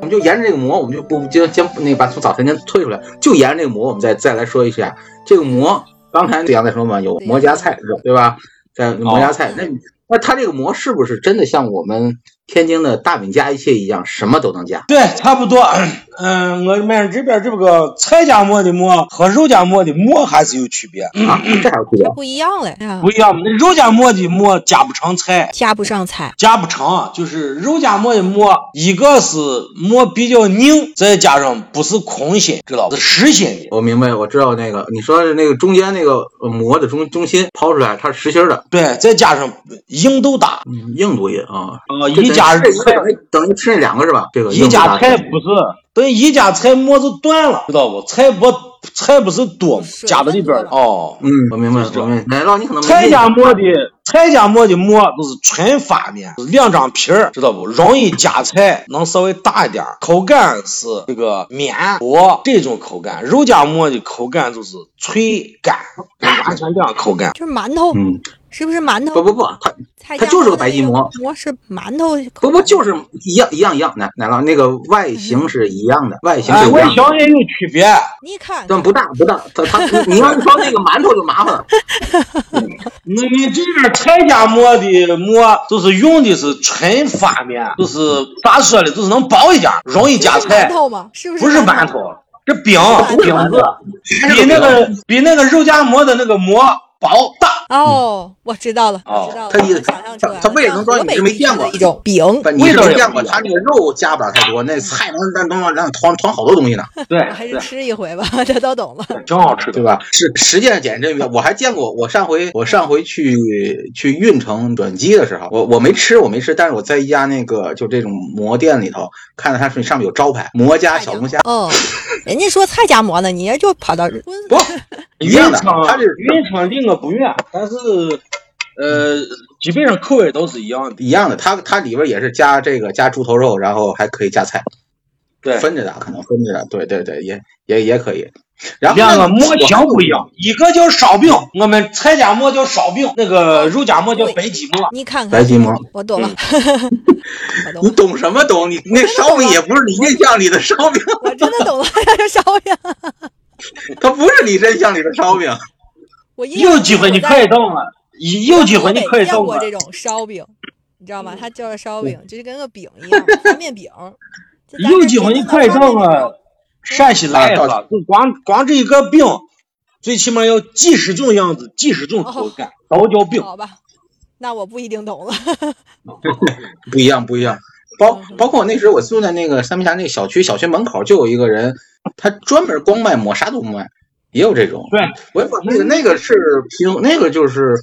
我们就沿着这个膜，我们就不就先那个把从早晨先退出来，就沿着这个膜，我们再再来说一下这个膜。刚才子阳在说嘛，有馍夹菜对吧？在馍夹菜，那你那它这个馍是不是真的像我们天津的大饼夹一切一样，什么都能夹？对，差不多。嗯，我们这边这个菜夹馍的馍和肉夹馍的馍还是有区别，啊，这还有区别？不一样嘞，啊不一样。那肉夹馍的馍夹不成菜，加不上菜，夹不成啊，就是肉夹馍的馍，一个是馍比较硬，再加上不是空心，知道吧？是实心的。 我明白，我知道那个你说的那个中间那个馍的中中心抛出来，它是实心儿的，对，再加上硬豆大，嗯硬度也啊。呃，一家这菜，等于等于吃那两个是吧？这个一硬度家大菜不是，等于一家菜馍就断了，知道不？菜不菜不是多水夹到里边儿分了哦。嗯，我明白，就是这我明白。奶酪你可能没菜夹印象馍的菜夹馍的馍都是纯发面，两张皮儿，知道不？容易夹菜，能稍微大一点儿，口感是这个绵薄这种口感。肉夹馍的口感就是脆干，完全两口感。就是馒头，嗯，是不是馒不头？不不，它菜它夹就是馍个白的吉那馍馍是馒头口不感，不就是一样一样一样，奶奶酪那个外形是一样的，外形嗯哎，是一外样的，形也有区别，你看但不大不大。它 它你要是说那个馒头就麻烦了，我们这边菜夹馍的馍就是用的是纯发面，就是咋说呢，就是能薄一点儿，容易夹这是馒菜，头吗？是不是？不是馒，头，这饼饼子。啊比比那那个个比那个肉夹馍的那个馍薄大。哦，我知道了，我知道了，哦它我意能想象出来了，它它为什么像说河你北是没地见区的过一种饼？不，你是没见过它那个肉加不了太多，那菜能能能能团团好多东西呢，对我还是吃一回吧， 这都懂了。挺好吃对。吧？是实际上简直我还见过，我上回我上回去去运城转机的时候，我我没吃我没吃，但是我在一家那个就这种馍店里头看到它是上面有招牌馍加小龙虾。嗯，人家说菜夹馍呢，你这就跑到不一运样城的，它是运城离我不远，但是呃，基本上口味都是一样的。一样的，它它里边也是加这个加猪头肉，然后还可以加菜，对，分着打，可能分着打，对对对，也也也可以。然后两个啊馍我型不一样，一个叫烧饼，我们菜夹馍叫烧饼，那个肉夹馍叫白吉馍。你看白看，吉馍，我懂了，我懂你了，懂什么懂？你那烧饼也不是李真巷里的烧饼，我真的懂了， 烧饼。它不是李真巷里的烧饼。我印象有机会你可以到我，有机会你可以到见我过。这种烧饼，你知道吗？它叫烧饼，就是跟个饼一样，方便饼。就咱有这机会你啊天津的可以方到便我饼陕西来一个，就光光这一个饼，最起码要几十种样子，几十哦种口感，都叫饼。好吧，那我不一定懂了。不一样，不一样。包嗯包括我那时候我住在那个三明峡那个小区，小区门口就有一个人，他专门光卖馍，啥都不卖，也有这种。对，我也不那个那个是平，那个就是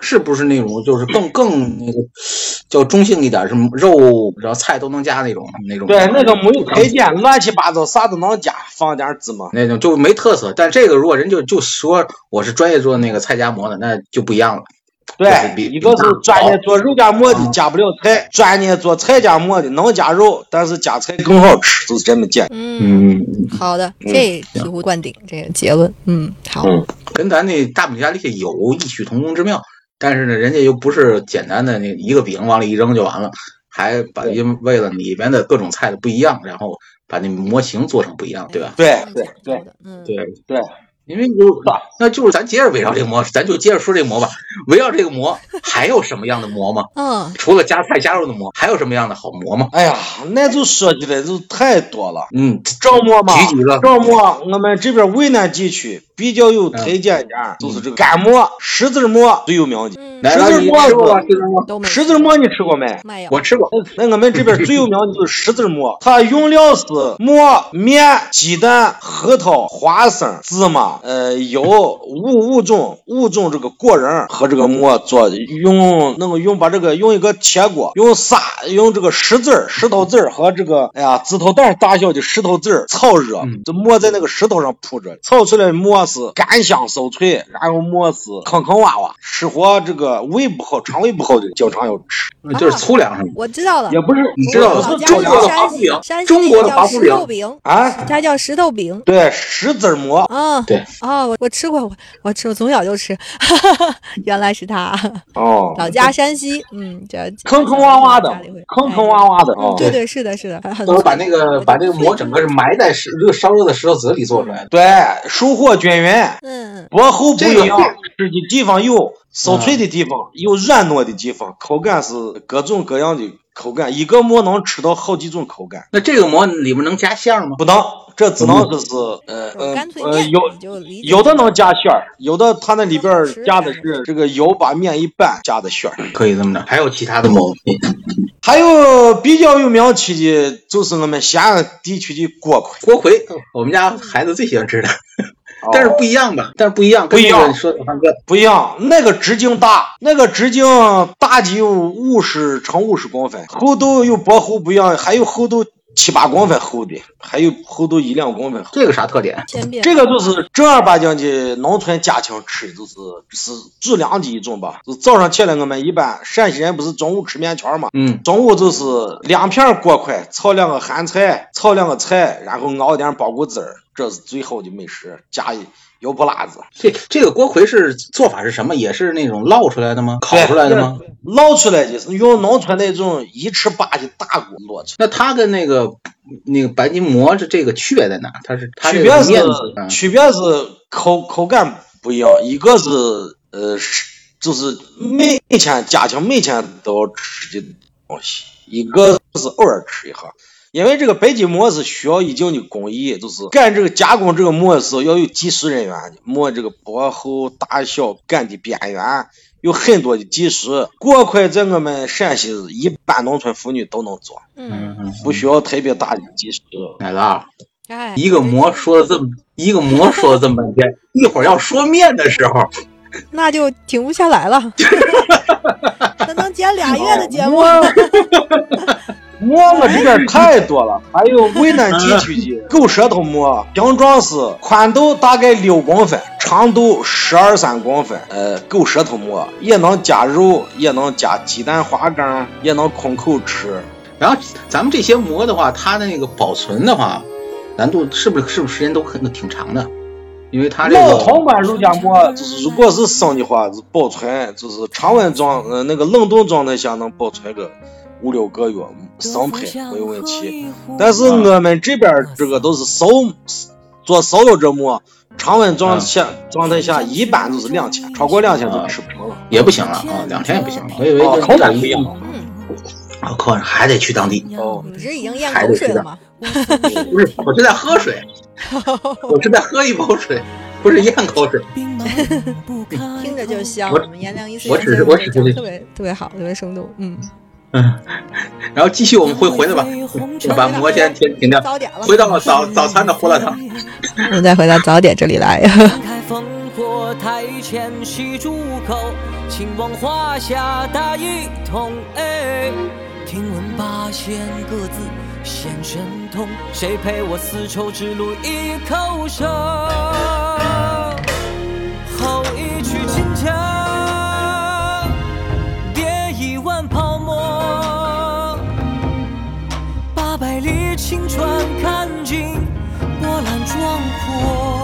是不是那种就是更更那个叫中性一点，什么肉然后菜都能加那种那种。对，那个没有配件，乱七八糟，啥都能加，放点芝麻。那种就没特色，但这个如果人就就说我是专业做那个菜夹馍的，那就不一样了。就是对，比一个是专业做肉夹馍的，加不了菜；专业做菜夹馍的能加肉，但是加菜更好吃，就是这么简单。嗯，嗯，好的，这醍醐灌顶这个结论，嗯，好，嗯跟咱那大饼夹里有异曲同工之妙，但是呢，人家又不是简单的那一个饼往里一扔就完了，还把对因为了里边的各种菜的不一样，然后把那模型做成不一样，对吧？对这对样讲对究的，嗯，对对，因为就那就是咱接着围绕这个馍，咱就接着说这个馍吧。围绕这个馍，还有什么样的馍吗？嗯，除了加菜加肉的馍，还有什么样的好馍吗？哎呀，那就说起来就太多了。啊嗯，赵馍嘛，举几个赵馍，我们这边渭南地区比较有推荐点儿就是这个干馍、十字馍最有名的。嗯，来十了，字你馍吃过吗？子十字馍，都没十字馍你吃过没？没有，我吃过。那我们这边最有名的就是十字馍，它用料是馍、面、鸡蛋、核桃、花生、芝麻，呃，有五五种五种这个果仁儿和这个馍做的，用那个用把这个用一个铁锅，用沙用这个石子儿、石头子儿和这个哎呀指头蛋儿大小的石头子儿炒热嗯，这馍在那个石头上铺着，炒出来的馍是干香酥脆，然后馍是坑坑洼洼，适合这个胃不好、肠胃不好的经常要吃，就是粗粮是吗？我知道了，也不是你知道我的老家中有国的华山夫西饼山西中那国的叫华夫石饼头饼，啊。它叫石头饼。对，石子儿馍嗯，对，哦，我我吃过，我我吃，我从小就吃， 原来是它，啊哦老家山西，嗯，这坑坑洼洼的家里会，坑坑洼洼的哎嗯哦。对对，是的，是的，很到时候把脆那个把这个馍整个是埋在石这个烧热的石头子里做出来的。对，收获均匀，嗯，嗯薄厚不一这个样，吃的地方有酥脆的地方，有软糯的地方，口感是各种各样的口感，一个馍能吃到好几种口感，那这个馍里面能加馅儿吗？不能，这只能就是呃就呃干脆呃面，有。你就理解有的能加馅儿，有的它那里边儿好吃加的感是这个油把面一拌加的馅儿。可以这么着。还有其他的馍吗？还有比较有名气的，就是我们西安地区的锅盔。锅盔，我们家孩子最喜欢吃的，但是不一样吧？但是不一样，不一样跟那个说反正不一样，那个直径大，那个直径大的有五十乘五十公分，厚度有薄厚不一样，还有厚度七八公分厚的，还有厚度一两公分厚。这个啥特点？千变，这个就是正儿八经的农村家庭吃的，就是是主粮的一种吧。就早上起来，我们一般陕西人不是中午吃面条嘛，嗯，中午就是两片锅盔，炒两个咸菜，炒两个菜，然后熬点苞谷汁儿，这是最好的美食，加一油泼辣子。这这个锅盔是做法是什么？也是那种烙出来的吗？烤出来的吗？捞出来的，用农村那种一尺八的大锅捞出来。那它跟那个那个白吉馍这这个区别在哪？它是它区这别个是面子啊，区别是口口感不一样，一个是呃是就是每天家庭每天都要吃的东西，一个是偶尔吃一下。因为这个白吉馍是需要一定的工艺，就是干这个加工这个馍的时候要有技术人员的，馍这个薄厚、大小、擀的边缘有很多的技术。锅盔在我们陕西一般农村妇女都能做，嗯，嗯嗯，不需要特别大的技术。奶子啊，哎，一个馍说了 这么一个馍说了这么半天，一会儿要说面的时候，那就停不下 来了，那能剪俩月的节目，啊馍我这边太多了，还有渭南地区的狗舌头馍，形状是宽度大概六公分，长度十二三公分。呃，狗舌头馍也能加肉，也能加鸡蛋花羹，也能空口吃。然后咱们这些馍的话，它的那个保存的话，难度是不是是不是时间都很挺长的？因为它这老个潼关肉夹馍就是如果是生的话，是保存就是常温状呃那个冷冻状态下能保存个五六个月生胚没有问题。。但是我们这边儿这个都是烧做烧肉这馍，常温状下状态下一般都是两千，超过两千就吃不成了。也不行了啊，两天也不行了。我以为哦就口感不一样嗯，啊，口感还得去当地。哦你这已经咽口水了吗？ 不是，我是在喝水，我是在喝一口水，不是咽口水。 听着就 香。我我们颜良一次我颜只是良我讲只得是特别特别好，特别生动。嗯，嗯，然后继续我们会回来吧，嗯把馍先停停掉，早点了，回到了早早餐的胡辣嗯汤。我们再回到早点这里来。 展开烽火台前洗竹口，秦王华夏大一统。哎，听闻八仙各自显神通，谁陪我丝绸之路一口手？吼一曲秦腔，叠一碗泡沫。八百里青川看尽波澜壮阔。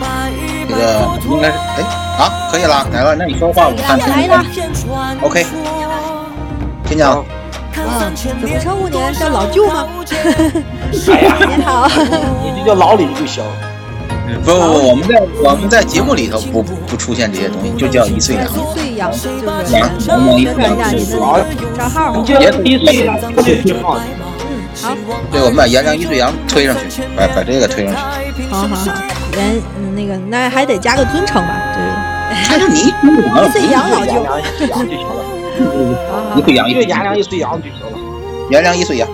百依那百个合应该是哎啊，可以了，来了，那你说话我看来看。了了 OK 听见了？啊怎么称呼您叫老舅吗？ 您好，你就叫老李就行。不不不，我们在我们在节目里头不不出现这些东西，就叫一岁一两。岁养就是行宣能不能一传一下您的那个账号。你这一岁一这地方，嗯好对对，我我们们把把杨洋杨洋一一对对羊羊推推上上去去，把把把把这这个个推推上上去去。好好好，连嗯那个那还得加个尊称吧，对，他就 你一推羊，自己养老就一岁羊就行了，好好一推羊，一一推岁羊羊，一岁羊就行了。原谅一岁羊，